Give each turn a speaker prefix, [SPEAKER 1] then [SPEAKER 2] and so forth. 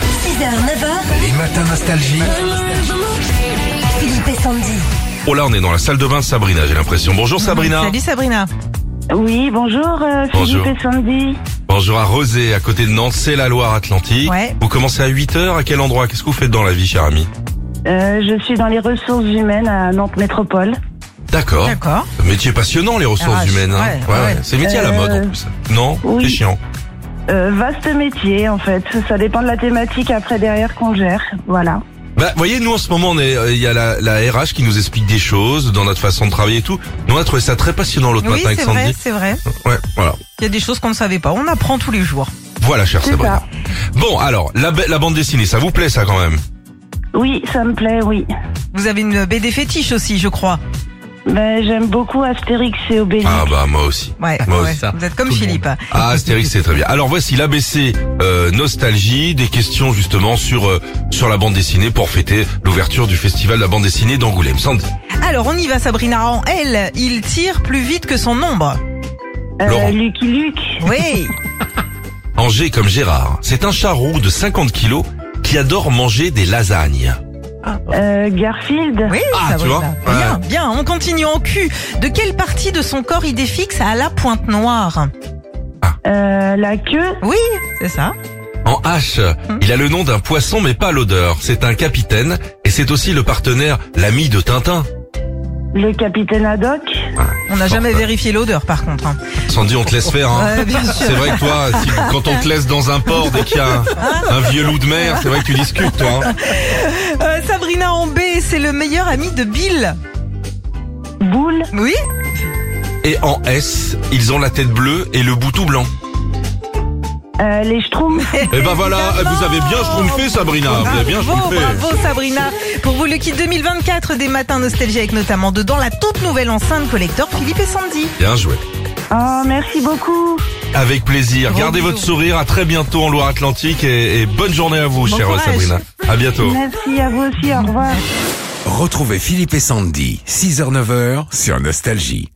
[SPEAKER 1] 6h, 9h,
[SPEAKER 2] Les matins nostalgie.
[SPEAKER 1] Philippe et Sandy.
[SPEAKER 3] Oh là, on est dans la salle de bain de Sabrina, j'ai l'impression. Bonjour Sabrina.
[SPEAKER 4] Mhm, Salut Sabrina.
[SPEAKER 5] Oui, bonjour, euh,
[SPEAKER 3] Bonjour.
[SPEAKER 5] Philippe et Sandy.
[SPEAKER 3] Bonjour à Rosé, à côté de Nantes, c'est la Loire-Atlantique.
[SPEAKER 4] Ouais.
[SPEAKER 3] Vous commencez à 8h, à quel endroit Qu'est-ce que vous faites dans la vie, cher ami
[SPEAKER 5] Euh, je suis dans les ressources humaines à Nantes Métropole.
[SPEAKER 3] D'accord.
[SPEAKER 4] D'accord.
[SPEAKER 3] Métier passionnant, les ressources
[SPEAKER 4] RH,
[SPEAKER 3] humaines. hein.
[SPEAKER 4] ouais, ouais.
[SPEAKER 3] C'est métier à la
[SPEAKER 5] Euh,
[SPEAKER 3] mode en plus. Non
[SPEAKER 5] oui.
[SPEAKER 3] C'est chiant.
[SPEAKER 5] Euh, vaste métier en fait, ça dépend de la thématique après derrière qu'on gère, voilà.
[SPEAKER 3] Bah, voyez, nous en ce moment, on est, euh, il y a la, la RH qui nous explique des choses dans notre façon de travailler et tout. Nous, on a trouvé ça très passionnant l'autre
[SPEAKER 4] Oui,
[SPEAKER 3] matin avec
[SPEAKER 4] c'est vrai,
[SPEAKER 3] Sandy.
[SPEAKER 4] c'est vrai.
[SPEAKER 3] Ouais, voilà.
[SPEAKER 4] Il y a des choses qu'on ne savait pas. On apprend tous les jours.
[SPEAKER 3] Voilà, cher
[SPEAKER 5] C'est
[SPEAKER 3] Sabrina. Bon, alors, la, ba- la bande dessinée, ça vous plaît ça quand même
[SPEAKER 5] Oui, ça me plaît, oui.
[SPEAKER 4] Vous avez une BD fétiche aussi, je crois.
[SPEAKER 5] Ben, j'aime beaucoup Astérix et Obélix.
[SPEAKER 3] Ah bah, moi aussi.
[SPEAKER 4] Ouais.
[SPEAKER 3] Moi
[SPEAKER 4] ouais.
[SPEAKER 3] aussi, ça.
[SPEAKER 4] Vous êtes comme
[SPEAKER 3] Tout le
[SPEAKER 4] Philippe.
[SPEAKER 3] Ah, Astérix, c'est très bien. Alors voici l'ABC euh, Nostalgie, des questions justement sur euh, sur la bande dessinée pour fêter l'ouverture du festival de la bande dessinée d'Angoulême. Sandy,
[SPEAKER 4] Alors on y va, Sabrina. En L, il tire plus vite que son ombre.
[SPEAKER 5] Euh,
[SPEAKER 3] Laurent.
[SPEAKER 5] Lucky Luke.
[SPEAKER 4] Oui.
[SPEAKER 3] en G comme Gérard, c'est un chat roux de 50 kilos qui adore manger des lasagnes.
[SPEAKER 5] Euh, Garfield.
[SPEAKER 4] Oui,
[SPEAKER 3] Ah, tu
[SPEAKER 4] Sabrina.
[SPEAKER 3] vois, ouais.
[SPEAKER 4] Bien, bien. On continue en Q. De quelle partie de son corps il défixe à la pointe noire
[SPEAKER 5] Euh, la queue.
[SPEAKER 4] Oui, c'est ça.
[SPEAKER 3] En H, il a le nom d'un poisson mais pas l'odeur. C'est un capitaine et c'est aussi le partenaire, l'ami de Tintin.
[SPEAKER 5] Le capitaine Haddock.
[SPEAKER 4] On n'a
[SPEAKER 3] Bon,
[SPEAKER 4] jamais
[SPEAKER 3] bah.
[SPEAKER 4] vérifié l'odeur, par contre. hein.
[SPEAKER 3] Sandy, on te laisse faire. Hein.
[SPEAKER 4] Ouais, bien sûr.
[SPEAKER 3] C'est vrai que toi, si- quand on te laisse dans un port dès qu'il y a un, un vieux loup de mer, c'est vrai que tu discutes, toi. hein.
[SPEAKER 4] Euh, Sabrina en B, c'est le meilleur ami de Bill.
[SPEAKER 5] Boule.
[SPEAKER 4] Oui.
[SPEAKER 3] Et en S, ils ont la tête bleue et le bout tout blanc.
[SPEAKER 5] Euh, les Schtroumpfs.
[SPEAKER 3] Eh ben voilà, vous avez bien
[SPEAKER 4] Oh,
[SPEAKER 3] schtroumpfé Sabrina, vous avez bien
[SPEAKER 4] Ah, Bravo,
[SPEAKER 3] schtroumpfé.
[SPEAKER 4] bravo Sabrina Pour vous le kit 2024 des matins nostalgie avec notamment dedans la toute nouvelle enceinte collector Philippe et Sandy.
[SPEAKER 3] Bien joué.
[SPEAKER 5] Oh, merci beaucoup.
[SPEAKER 3] Avec plaisir,
[SPEAKER 4] Gros
[SPEAKER 3] gardez votre
[SPEAKER 4] bisous.
[SPEAKER 3] sourire, à très bientôt en Loire-Atlantique et, et bonne journée à vous,
[SPEAKER 4] Bon
[SPEAKER 3] chère
[SPEAKER 4] courage.
[SPEAKER 3] Sabrina. À bientôt.
[SPEAKER 5] Merci à vous aussi. Au revoir.
[SPEAKER 2] Retrouvez Philippe et Sandy, 6h-9h sur Nostalgie.